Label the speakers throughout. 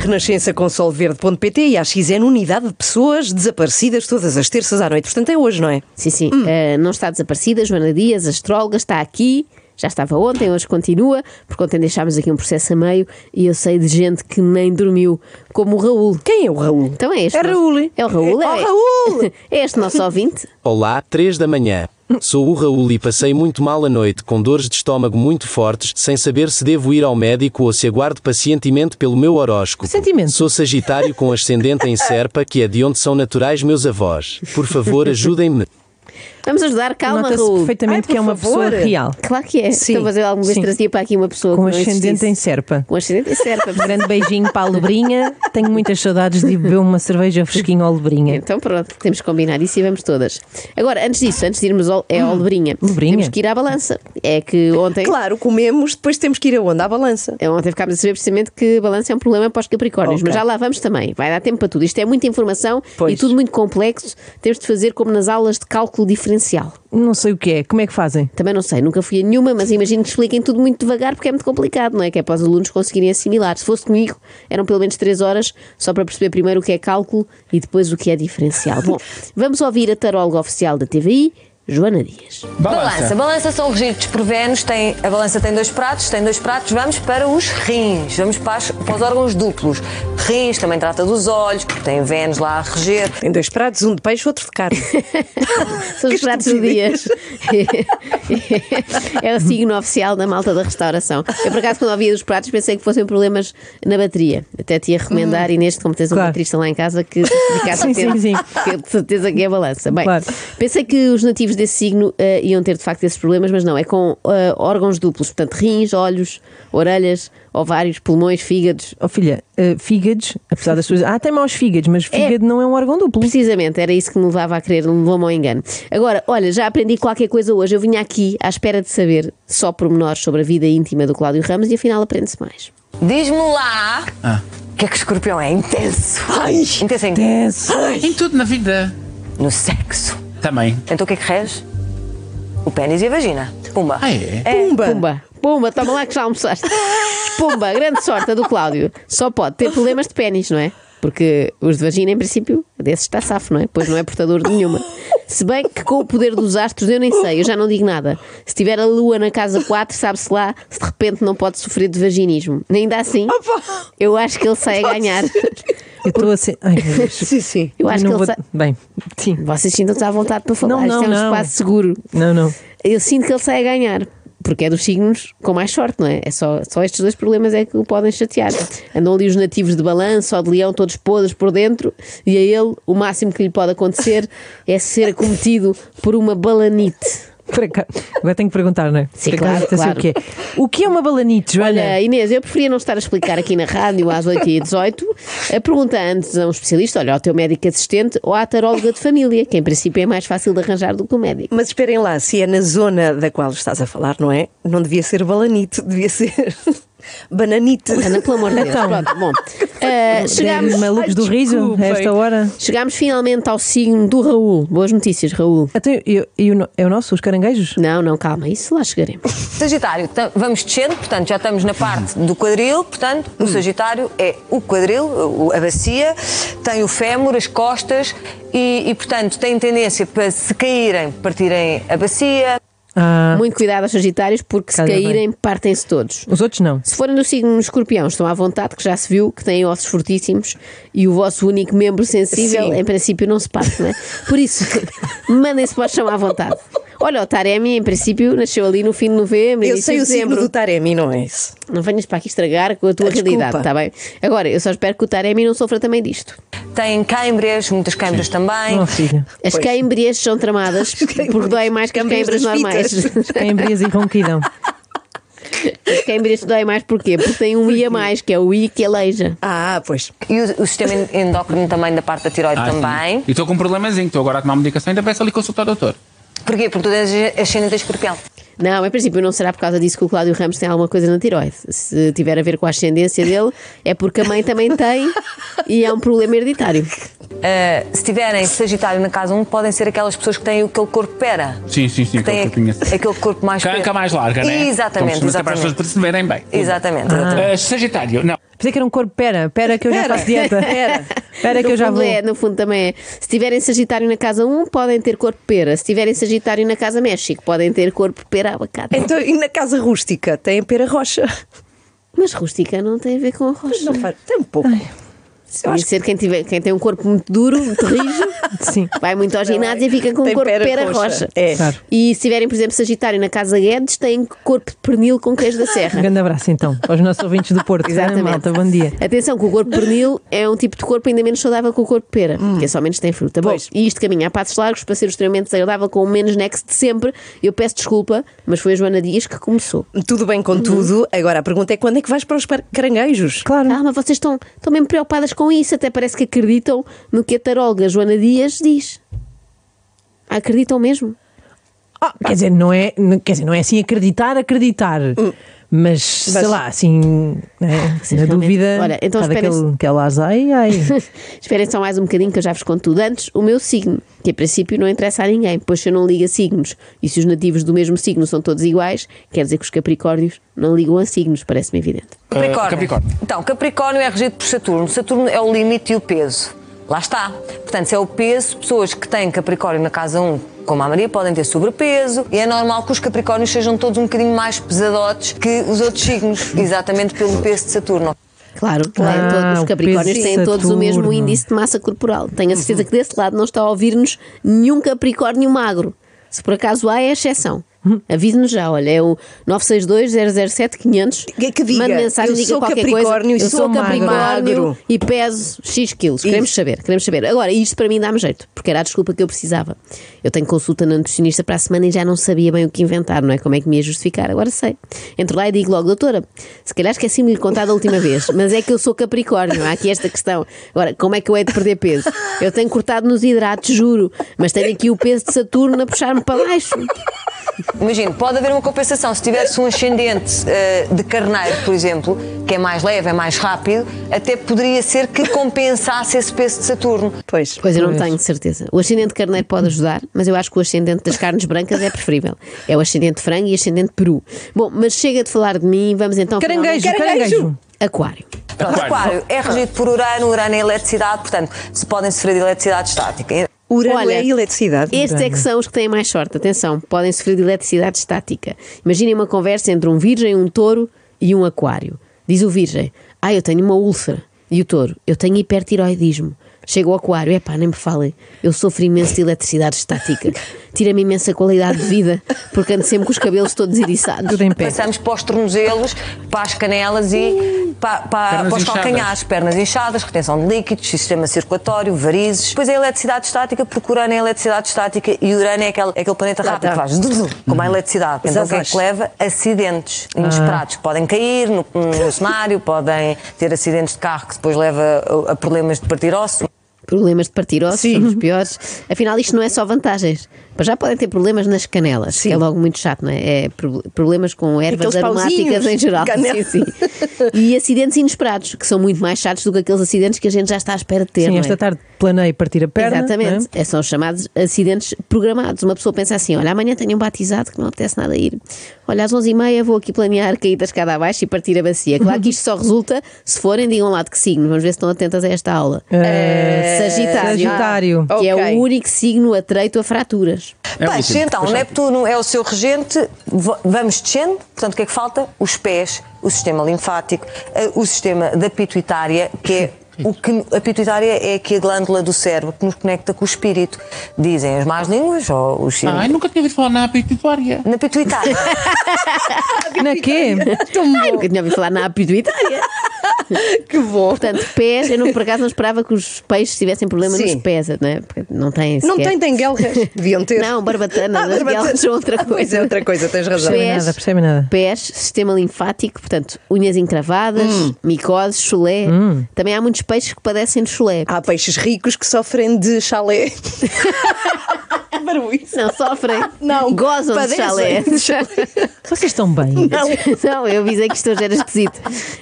Speaker 1: Renascença com solverde.pt e a XN Unidade de Pessoas Desaparecidas todas as terças à noite. Portanto, é hoje, não é?
Speaker 2: Sim, sim. Eh, não está desaparecida, Joana Dias, astróloga, está aqui. Já estava ontem, hoje continua, porque ontem deixámos aqui um processo a meio e eu sei de gente que nem dormiu, como o Raul.
Speaker 1: Quem é o Raul?
Speaker 2: Então é este.
Speaker 1: É
Speaker 2: nosso-
Speaker 1: Raul.
Speaker 2: É o Raul.
Speaker 1: É- Oh,
Speaker 2: é-
Speaker 1: Raul!
Speaker 2: É este nosso ouvinte.
Speaker 3: Olá, 3 da manhã. Sou o Raul e passei muito mal a noite, com dores de estômago muito fortes, sem saber se devo ir ao médico ou se aguardo pacientemente pelo meu horóscopo.
Speaker 1: Sentimento.
Speaker 3: Sou Sagitário com ascendente em Serpa, que é de onde são naturais meus avós. Por favor, ajudem-me.
Speaker 2: Vamos ajudar, calma,
Speaker 4: Nota-se
Speaker 2: Raul.
Speaker 4: perfeitamente
Speaker 1: Ai, por
Speaker 4: que é uma
Speaker 1: favor.
Speaker 4: pessoa real.
Speaker 2: Claro que é.
Speaker 1: Sim,
Speaker 2: Então, mas eu alguma vez
Speaker 4: sim.
Speaker 2: trazia para aqui uma pessoa
Speaker 4: Com
Speaker 2: que não
Speaker 4: ascendente
Speaker 2: existisse.
Speaker 4: em Serpa.
Speaker 2: Com ascendente em Serpa.
Speaker 4: Um grande beijinho para a Lebrinha. Tenho muitas saudades de ir beber uma cerveja fresquinha ao Lebrinha.
Speaker 2: Então pronto, temos que combinar isso e vamos todas. Agora, antes disso, antes de irmos ao,
Speaker 4: Hum.
Speaker 2: é ao Lebrinha,
Speaker 4: Lebrinha.
Speaker 2: temos que ir à balança. É que ontem,
Speaker 1: Claro, comemos, depois temos que ir aonde? À balança.
Speaker 2: É, ontem ficámos a saber precisamente que balança é um problema para os capricórnios,
Speaker 1: Ok.
Speaker 2: mas já lá vamos também. Vai dar tempo para tudo. Isto é muita informação
Speaker 1: Pois.
Speaker 2: e tudo muito complexo. Temos de fazer como nas aulas de cálculo diferencial.
Speaker 4: Não sei o que é. Como é que fazem?
Speaker 2: Também não sei, nunca fui a nenhuma, mas imagino que expliquem tudo muito devagar porque é muito complicado, não é? Que é para os alunos conseguirem assimilar. Se fosse comigo, eram pelo menos três horas só para perceber primeiro o que é cálculo e depois o que é diferencial. Bom, vamos ouvir a taróloga oficial da TVI, Joana Dias.
Speaker 5: Balança. Balança são regidos por Vênus. Tem, a balança tem dois pratos, tem dois pratos. Vamos para os rins. Vamos para, as- para os órgãos duplos. Rins também trata dos olhos, porque tem Vênus lá a reger.
Speaker 1: Tem dois pratos, um de peixe, outro de carne.
Speaker 2: São os
Speaker 1: Que
Speaker 2: pratos do
Speaker 1: estupidez.
Speaker 2: Dias. é o signo oficial da malta da restauração. Eu, por acaso, quando ouvi dos pratos, pensei que fossem problemas na bateria. Até te ia recomendar, Inês, como tens um
Speaker 4: Hum. Claro.
Speaker 2: baterista lá em casa, que ficasse
Speaker 4: Sim, sim,
Speaker 2: atento,
Speaker 4: sim.
Speaker 2: que de certeza que é balança. Bem,
Speaker 4: Claro.
Speaker 2: pensei que os nativos desse signo eh, iam ter, de facto, esses problemas, mas não. É com eh, órgãos duplos. Portanto, rins, olhos, orelhas, ovários, pulmões, fígados.
Speaker 4: Oh filha, eh, fígados, apesar das pessoas. Ah, tem maus fígados, mas fígado não é um órgão duplo.
Speaker 2: Precisamente, era isso que me levava a crer, não me levou-me ao engano. Agora, olha, já aprendi qualquer coisa hoje. Eu vinha aqui à espera de saber só pormenores sobre a vida íntima do Cláudio Ramos e afinal aprende-se mais.
Speaker 5: Diz-me lá que é que o escorpião é intenso. intenso em quê?
Speaker 4: Tenso.
Speaker 6: Em tudo na vida.
Speaker 5: No sexo.
Speaker 6: Também.
Speaker 5: Então o que é que rege? O pênis e a vagina. Pumba.
Speaker 6: Ah, é?
Speaker 1: Pumba!
Speaker 2: Pumba, pumba, toma lá que já almoçaste. Pumba, grande sorte a do Cláudio. Só pode ter problemas de pênis, não é? Porque os de vagina, em princípio, desse está safo, não é? Pois não é portador de nenhuma. Se bem que com o poder dos astros, eu nem sei, eu já não digo nada. Se tiver a lua na casa 4, sabe-se lá se de repente não pode sofrer de vaginismo. Nem dá assim, eu acho que ele sai a ganhar.
Speaker 4: Eu estou a ser. Ai, meu Deus.
Speaker 1: Sim, sim.
Speaker 2: Eu acho que
Speaker 4: não
Speaker 2: ele
Speaker 4: vou...
Speaker 2: sai.
Speaker 4: Bem, sim.
Speaker 2: Vocês sintam-se à vontade para falar,
Speaker 4: Não,
Speaker 2: isto
Speaker 4: não,
Speaker 2: é um
Speaker 4: não.
Speaker 2: espaço seguro.
Speaker 4: Não, não.
Speaker 2: Eu sinto que ele sai a ganhar. Porque é dos signos com mais sorte, não é? É só, só estes dois problemas é que o podem chatear. Andam ali os nativos de balanço ou de leão, todos podres por dentro, e a ele o máximo que lhe pode acontecer é ser acometido por uma balanite.
Speaker 4: Por acaso- Agora tenho que perguntar, não é?
Speaker 2: Sim,
Speaker 4: Por
Speaker 2: claro,
Speaker 4: acaso até sei
Speaker 2: claro.
Speaker 4: O, que é. o que é uma balanite, Joana?
Speaker 2: Olha, Inês, eu preferia não estar a explicar aqui na rádio às 8h18. A pergunta antes a um especialista, olha, ao teu médico assistente ou à taróloga de família, que em princípio é mais fácil de arranjar do que o médico.
Speaker 1: Mas esperem lá, se é na zona da qual estás a falar, não é? Não devia ser balanite, devia ser bananite.
Speaker 2: Ana, pelo amor de Deus.
Speaker 4: Então.
Speaker 2: Pronto, bom. eh, chegámos,
Speaker 4: Os malucos do riso, a
Speaker 1: desculpem.
Speaker 4: esta hora.
Speaker 2: chegámos finalmente ao signo do Raul. Boas notícias, Raul.
Speaker 4: Então, eu, eu no- é o nosso, os caranguejos?
Speaker 2: Não, não, calma, isso lá chegaremos.
Speaker 5: Sagitário, tam- vamos descendo, portanto, já estamos na parte do quadril, portanto, o Sagitário é o quadril, o- a bacia, tem o fémur, as costas e, e, portanto, tem tendência para se caírem, partirem a bacia.
Speaker 4: Ah,
Speaker 2: Muito cuidado aos Sagitários, porque se
Speaker 4: Calha bem.
Speaker 2: caírem, partem-se todos.
Speaker 4: os outros não.
Speaker 2: Se forem do signo escorpião, estão à vontade, que já se viu que têm ossos fortíssimos e o vosso único membro sensível,
Speaker 1: Sim.
Speaker 2: em princípio, não se parte, não é? Por isso, mandem-se para o chão à vontade. Olha, o Taremi, em princípio, nasceu ali no fim de novembro.
Speaker 1: Eu
Speaker 2: início
Speaker 1: sei
Speaker 2: de
Speaker 1: o signo
Speaker 2: dezembro.
Speaker 1: do Taremi, não é isso?
Speaker 2: Não venhas para aqui estragar com a tua
Speaker 1: Ah, desculpa.
Speaker 2: realidade, está bem? Agora, eu só espero que o Taremi não sofra também disto.
Speaker 5: Tem câimbras, muitas câimbras também.
Speaker 4: Não, filha.
Speaker 2: As
Speaker 1: Pois.
Speaker 2: queimbres são tramadas porque doem mais que as
Speaker 1: Câimbras
Speaker 2: queimbres
Speaker 1: das
Speaker 2: normais.
Speaker 1: fitas.
Speaker 4: Embrias e ronquidão.
Speaker 2: As queimbres doem mais porquê? Porque tem um I a mais, que é o I que aleija.
Speaker 1: Ah, pois.
Speaker 5: E o, o sistema endócrino também, da parte da tiroide
Speaker 6: Ah,
Speaker 5: também.
Speaker 6: sim. E estou com um problemazinho, estou agora a tomar medicação, ainda peço ali consultar o doutor.
Speaker 5: Porquê? Porque tu tens ascendente em escorpião.
Speaker 2: Não, em princípio não será por causa disso que o Cláudio Ramos tem alguma coisa na tiroide. Se tiver a ver com a ascendência dele, é porque a mãe também tem e é um problema hereditário.
Speaker 5: eh, se tiverem Sagitário na casa 1, podem ser aquelas pessoas que têm aquele corpo pera.
Speaker 6: Sim, sim, sim,
Speaker 5: é Que têm
Speaker 6: aquele corpinho assim.
Speaker 5: aquele corpo mais
Speaker 6: Canca
Speaker 5: pera.
Speaker 6: mais larga, né?
Speaker 5: Exatamente,
Speaker 6: Então, para as pessoas
Speaker 5: exatamente.
Speaker 6: perceberem bem.
Speaker 5: Exatamente, exatamente.
Speaker 6: Ah, sagitário, não.
Speaker 4: Pensei que era um corpo. Pera, pera que eu já
Speaker 1: Pera,
Speaker 4: faço dieta. Pera, pera
Speaker 2: No
Speaker 4: que eu já
Speaker 2: fundo
Speaker 4: vou.
Speaker 2: É, no fundo também é. Se tiverem Sagitário na casa 1, podem ter corpo pera. Se tiverem Sagitário na casa México, podem ter corpo pera abacate.
Speaker 1: Então, e na casa rústica tem a pera rocha?
Speaker 2: Mas rústica não tem a ver com a rocha.
Speaker 1: Não faz, tem um pouco.
Speaker 2: Tem de ser quem, tiver, quem tem um corpo muito duro, muito rijo,
Speaker 4: Sim.
Speaker 2: vai muito ao ginásio e fica com um
Speaker 1: Tem
Speaker 2: corpo
Speaker 1: pera
Speaker 2: pera,
Speaker 1: roxa.
Speaker 2: rocha.
Speaker 1: É.
Speaker 4: Claro.
Speaker 2: E se tiverem, por exemplo, Sagitário na casa Guedes, têm corpo de pernil com queijo da serra.
Speaker 4: Um grande abraço então aos nossos ouvintes do Porto.
Speaker 2: Exatamente.
Speaker 4: Ah, malta, bom dia.
Speaker 2: Atenção, que o corpo pernil é um tipo de corpo ainda menos saudável que o corpo pera,
Speaker 4: Hum.
Speaker 2: porque é só menos tem fruta. Bom,
Speaker 1: Pois.
Speaker 2: e isto caminha a passos largos para ser extremamente saudável com o menos next de sempre. Eu peço desculpa, mas foi a Joana Dias que começou.
Speaker 1: Tudo bem com tudo. Agora a pergunta é quando é que vais para os par- caranguejos?
Speaker 4: Claro.
Speaker 2: Ah, mas vocês estão, estão mesmo preocupadas com isso, até parece que acreditam no que a taróloga Joana Dias diz. Acreditam mesmo?
Speaker 4: Ah, quer dizer, não é, não- quer dizer, não é assim acreditar, acreditar.
Speaker 2: Hum.
Speaker 4: Mas, sei lá, assim, né,
Speaker 2: Sim,
Speaker 4: na
Speaker 2: realmente.
Speaker 4: dúvida,
Speaker 2: Ah, Olha, então
Speaker 4: está
Speaker 2: espera-se-
Speaker 4: daquele, aquele asa, ai, ai.
Speaker 2: Esperem só mais um bocadinho que eu já vos conto tudo antes. O meu signo, que a princípio não interessa a ninguém, pois se eu não ligo a signos e se os nativos do mesmo signo são todos iguais, quer dizer que os Capricórnios não ligam a signos, parece-me evidente.
Speaker 5: Capricórnio.
Speaker 6: Ah, Capricórnio.
Speaker 5: Então, Capricórnio é regido por Saturno. Saturno é o limite e o peso. Lá está. Portanto, se é o peso, pessoas que têm Capricórnio na casa 1, como a Maria, podem ter sobrepeso. E é normal que os Capricórnios sejam todos um bocadinho mais pesadotes que os outros signos, exatamente pelo peso de Saturno.
Speaker 2: Claro,
Speaker 4: Ah,
Speaker 2: claro. todos,
Speaker 4: o
Speaker 2: os Capricórnios
Speaker 4: peso de
Speaker 2: têm todos o mesmo
Speaker 4: Saturno.
Speaker 2: índice de massa corporal.
Speaker 4: Uhum.
Speaker 2: Tenho a certeza que desse lado não está a ouvir-nos nenhum Capricórnio magro. Se por acaso há, é exceção.
Speaker 4: Uhum.
Speaker 2: Avise-nos já, olha, é o 962-007-500.
Speaker 1: Que- que diga,
Speaker 2: Mande mensagem,
Speaker 1: eu
Speaker 2: diga
Speaker 1: sou
Speaker 2: qualquer
Speaker 1: Capricórnio e
Speaker 2: coisa. Eu
Speaker 1: sou
Speaker 2: sou
Speaker 1: magro. Magro.
Speaker 2: Capricórnio e peso X quilos. Queremos saber, queremos saber. Agora, isto para mim dá-me jeito, porque era a desculpa que eu precisava. Eu tenho consulta na nutricionista para a semana e já não sabia bem o que inventar, não é? Como é que me ia justificar? Agora sei. Entro lá e digo logo, doutora, se calhar esqueci-me de lhe contar da última vez, mas é que eu sou Capricórnio, há aqui esta questão. Agora, como é que eu hei de perder peso? Eu tenho cortado nos hidratos, juro, mas tenho aqui o peso de Saturno a puxar-me para baixo.
Speaker 5: Imagino, pode haver uma compensação. Se tivesse um ascendente eh, de carneiro, por exemplo, que é mais leve, é mais rápido, até poderia ser que compensasse esse peso de Saturno.
Speaker 1: Ah, Pois.
Speaker 2: Pois eu não
Speaker 4: Pois.
Speaker 2: tenho certeza. O ascendente de carneiro pode ajudar, mas eu acho que o ascendente das carnes brancas é preferível. É o ascendente de frango e ascendente de peru. Bom, mas chega de falar de mim, vamos então.
Speaker 4: Caranguejo,
Speaker 2: finalmente-
Speaker 4: caranguejo.
Speaker 2: Aquário.
Speaker 5: Pronto,
Speaker 6: Aquário.
Speaker 5: aquário é regido por Urano, Urano é eletricidade, portanto, se podem sofrer de eletricidade estática.
Speaker 1: Urano
Speaker 2: Olha,
Speaker 1: é eletricidade.
Speaker 2: Estes é que são os que têm mais sorte. Atenção, podem sofrer de eletricidade estática. Imaginem uma conversa entre um virgem, um touro e um aquário. Diz o virgem: Ah, eu tenho uma úlcera. E o touro: Eu tenho hipertiroidismo. Chega o aquário: Epá, nem me falem. Eu sofro imenso de eletricidade estática. Tira-me imensa qualidade de vida, porque ando sempre com os cabelos todos eriçados.
Speaker 4: Tudo em pé.
Speaker 5: Passamos para os tornozelos, para as canelas e para, para-
Speaker 6: Pernas
Speaker 5: para os
Speaker 6: inchadas.
Speaker 5: calcanhares, pernas inchadas, retenção de líquidos, sistema circulatório, varizes. Depois é a eletricidade estática, porque Urano é eletricidade estática e Urano é aquele, é aquele planeta rápido que faz zuz, como a eletricidade. Então o que é que
Speaker 1: Zazás.
Speaker 5: leva? Acidentes
Speaker 6: Ah.
Speaker 5: inesperados. Podem cair no, no cenário, podem ter acidentes de carro que depois leva a, a problemas de partir osso.
Speaker 2: Problemas de partir ossos são os piores. Afinal, isto não é só vantagens. Mas já podem ter problemas nas canelas, que é logo muito chato, não é? é pro- problemas com ervas
Speaker 1: Aqueles
Speaker 2: aromáticas
Speaker 1: pauzinhos
Speaker 2: em geral.
Speaker 1: de canela.
Speaker 2: Sim, sim. E acidentes inesperados, que são muito mais chatos do que aqueles acidentes que a gente já está à espera de ter.
Speaker 4: Sim,
Speaker 2: não é?
Speaker 4: esta tarde planei partir a perna.
Speaker 2: Exatamente.
Speaker 4: né?
Speaker 2: É, São os chamados acidentes programados. Uma pessoa pensa assim: olha, amanhã tenho um batizado que não apetece nada ir. Olha, às 11h30 vou aqui planear cair da escada abaixo e partir a bacia. Claro que isto só resulta se forem, digam lá de que signo. Vamos ver se estão atentas a esta aula.
Speaker 4: Eh,
Speaker 2: Sagitário.
Speaker 4: Sagitário.
Speaker 2: Que é
Speaker 1: Ok.
Speaker 2: o único signo atreito a fraturas.
Speaker 6: É o
Speaker 5: Peixe,
Speaker 6: último.
Speaker 5: então,
Speaker 6: Pois é.
Speaker 5: Neptuno é o seu regente, v- vamos descendo, portanto, o que é que falta? Os pés, o sistema linfático, eh, o sistema da pituitária, que é o que a pituitária é aqui a glândula do cérebro que nos conecta com o espírito, dizem as más línguas ou os
Speaker 6: Ai, nunca tinha ouvido falar na pituitária.
Speaker 5: na pituitária.
Speaker 4: é? Na quê?
Speaker 1: Ah,
Speaker 2: Ai, nunca tinha ouvido falar na pituitária.
Speaker 1: que bom.
Speaker 2: Portanto, pés, eu não, por acaso não esperava que os peixes tivessem problema
Speaker 1: Sim.
Speaker 2: nos pés, não é? Porque não têm
Speaker 1: Não
Speaker 2: sequer.
Speaker 1: tem denguelgas. Deviam ter.
Speaker 2: Não, barbatana.
Speaker 1: Ah,
Speaker 2: as
Speaker 1: barbatana.
Speaker 2: bielas são outra
Speaker 1: Ah,
Speaker 2: coisa.
Speaker 1: pois é outra coisa, tens razão.
Speaker 4: Percebem nada, percebem nada.
Speaker 2: Pés, sistema linfático, portanto, unhas encravadas,
Speaker 1: Hum.
Speaker 2: micoses, chulé.
Speaker 4: Hum.
Speaker 2: Também há muitos
Speaker 1: Ah.
Speaker 2: peixes que padecem de chulé.
Speaker 1: Há peixes ricos que sofrem de chalé. parvoíce.
Speaker 2: Não sofrem.
Speaker 1: Não,
Speaker 2: Gozam de chalé.
Speaker 1: padecem.
Speaker 4: Vocês estão bem.
Speaker 2: Não, eu avisei que isto hoje era esquisito.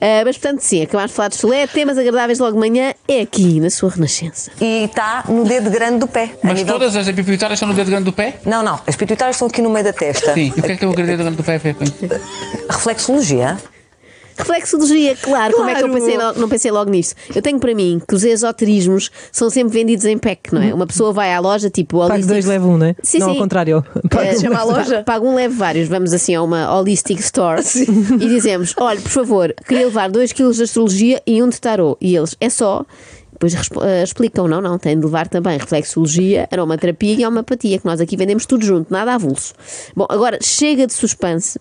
Speaker 2: Ah, mas portanto, sim, acabámos de falar de chulé, temas agradáveis logo de manhã, é aqui na sua renascença.
Speaker 5: E está no dedo grande do pé. a
Speaker 6: Mas
Speaker 5: nível-
Speaker 6: todas as pituitárias são no dedo grande do pé?
Speaker 5: Não, não. As pituitárias estão aqui no meio da testa.
Speaker 6: Sim. E o que é que o dedo grande do pé fez com isso?
Speaker 5: Reflexologia.
Speaker 2: Reflexologia, claro, como é que eu
Speaker 1: Claro.
Speaker 2: pensei lo- não pensei logo nisso? Eu tenho para mim que os esoterismos são sempre vendidos em pack, não
Speaker 1: Hum.
Speaker 2: é? Uma pessoa vai à loja tipo
Speaker 4: Pago
Speaker 2: Holistics-
Speaker 4: dois, leva um, não é?
Speaker 2: Sim,
Speaker 4: não,
Speaker 2: sim.
Speaker 4: ao contrário. Pago
Speaker 2: Eh,
Speaker 4: um.
Speaker 1: chama a loja?
Speaker 2: Paga um, leve vários. Vamos assim a uma holistic store e dizemos: olha, por favor, queria levar 2 kg de astrologia e um de tarô. E eles, é só. Depois respo- eh, explicam: não, não, tem de levar também reflexologia, aromaterapia e homeopatia, que nós aqui vendemos tudo junto, nada avulso. Bom, agora chega de suspense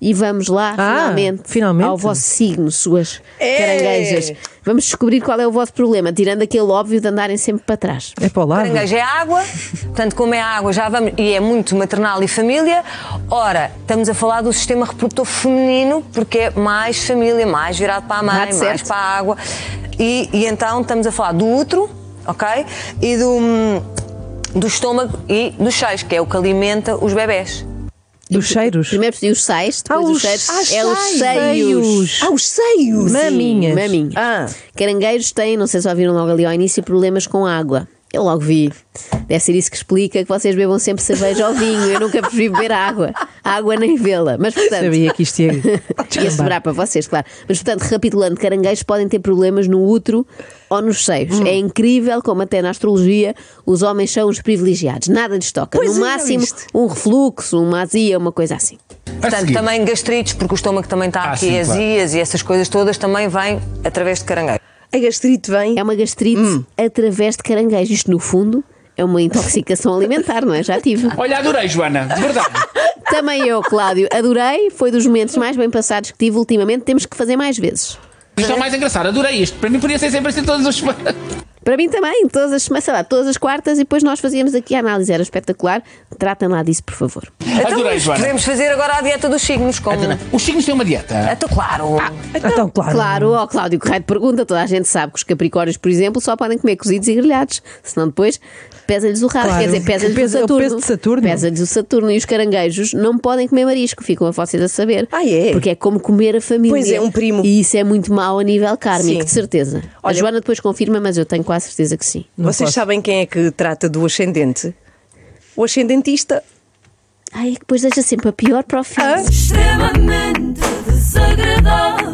Speaker 2: e vamos lá,
Speaker 4: Ah,
Speaker 2: finalmente,
Speaker 4: finalmente.
Speaker 2: ao vosso signo, suas caranguejas. Vamos descobrir qual é o vosso problema, tirando aquele óbvio de andarem sempre para trás.
Speaker 4: É para o lado.
Speaker 5: Caranguejo é água, portanto, como é água, já vamos. E é muito maternal e família. Ora, estamos a falar do sistema reprodutor feminino, porque é mais família, mais virado para a mãe,
Speaker 2: Bate
Speaker 5: mais
Speaker 2: certo.
Speaker 5: para a água. E, e então estamos a falar do útero, ok? E do, hum, do estômago e dos cheios, que é o que alimenta os bebés.
Speaker 4: Dos cheiros.
Speaker 2: Primeiro pedi os sais, depois
Speaker 4: Ah,
Speaker 2: os
Speaker 4: os
Speaker 2: cheiros.
Speaker 4: sais.
Speaker 2: é os seios.
Speaker 4: Seios.
Speaker 1: Ah, os seios!
Speaker 4: Maminhas.
Speaker 2: Maminhas.
Speaker 1: Ah.
Speaker 2: Carangueiros têm, não sei se ouviram logo ali ao início, problemas com água. Eu logo vi. Deve ser isso que explica que vocês bebam sempre cerveja ou vinho. Eu nunca preferi beber água. Água nem vê-la. Mas portanto.
Speaker 4: Sabia que isto ia.
Speaker 2: Ia sobrar para vocês, claro. Mas, portanto, recapitulando, caranguejos podem ter problemas no útero ou nos
Speaker 1: Hum.
Speaker 2: seios. É incrível como, até na astrologia, os homens são os privilegiados. Nada lhes toca.
Speaker 1: Pois
Speaker 2: no
Speaker 1: é, já
Speaker 2: máximo,
Speaker 1: viste.
Speaker 2: um refluxo, uma azia, uma coisa assim.
Speaker 6: A
Speaker 5: Portanto,
Speaker 6: seguir,
Speaker 5: também gastrites, porque o estômago também está
Speaker 6: Ah,
Speaker 5: aqui,
Speaker 6: sim,
Speaker 5: as
Speaker 6: claro.
Speaker 5: ias e essas coisas todas também vêm através de caranguejo.
Speaker 1: A gastrite vem.
Speaker 2: É uma gastrite através de caranguejo. Isto, no fundo, é uma intoxicação alimentar, não é? Já tive.
Speaker 6: Olha, adorei, Joana, de verdade.
Speaker 2: Também eu, Cláudio, adorei. Foi dos momentos mais bem passados que tive ultimamente. Temos que fazer mais vezes.
Speaker 6: Isto é o mais engraçado, adorei isto. Para mim podia ser sempre assim todas as semanas.
Speaker 2: Para mim também, todas as semanas, sei lá, todas as quartas, e depois nós fazíamos aqui a análise, era espetacular. Tratem lá disso, por favor.
Speaker 5: Então,
Speaker 6: Adorei,
Speaker 5: mas
Speaker 6: Joana.
Speaker 5: podemos fazer agora a dieta dos signos, como.
Speaker 6: Adorei. Ah, Os signos têm uma dieta.
Speaker 5: Então, claro.
Speaker 4: Então,
Speaker 1: Ah,
Speaker 4: claro.
Speaker 2: Claro, ó Cláudio, correto pergunta. Toda a gente sabe que os Capricórnios, por exemplo, só podem comer cozidos e grelhados, senão depois pesa-lhes o rabo.
Speaker 4: Claro.
Speaker 2: Quer dizer, pesa-lhes
Speaker 4: Pesa-
Speaker 2: o
Speaker 4: é o
Speaker 2: Saturno.
Speaker 4: peso de Saturno.
Speaker 2: Pesa-lhes o Saturno e os caranguejos não podem comer marisco, ficam a vocês a saber.
Speaker 1: Ah, é?
Speaker 2: Porque é como comer a família.
Speaker 1: Pois é, um primo.
Speaker 2: E isso é muito mau a nível kármico,
Speaker 1: Sim.
Speaker 2: de certeza. A
Speaker 1: Olha-
Speaker 2: Joana depois confirma, mas eu tenho quase certeza que sim.
Speaker 4: Não
Speaker 1: Vocês
Speaker 4: posso.
Speaker 1: sabem quem é que trata do ascendente? O ascendentista.
Speaker 2: Ai, é que depois deixa sempre a pior para o fim.
Speaker 1: Ah,
Speaker 7: extremamente desagradável.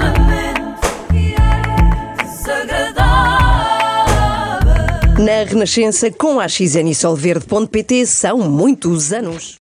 Speaker 7: Extremamente desagradável.
Speaker 1: Na Renascença, com a xnisolverde.pt, são muitos anos.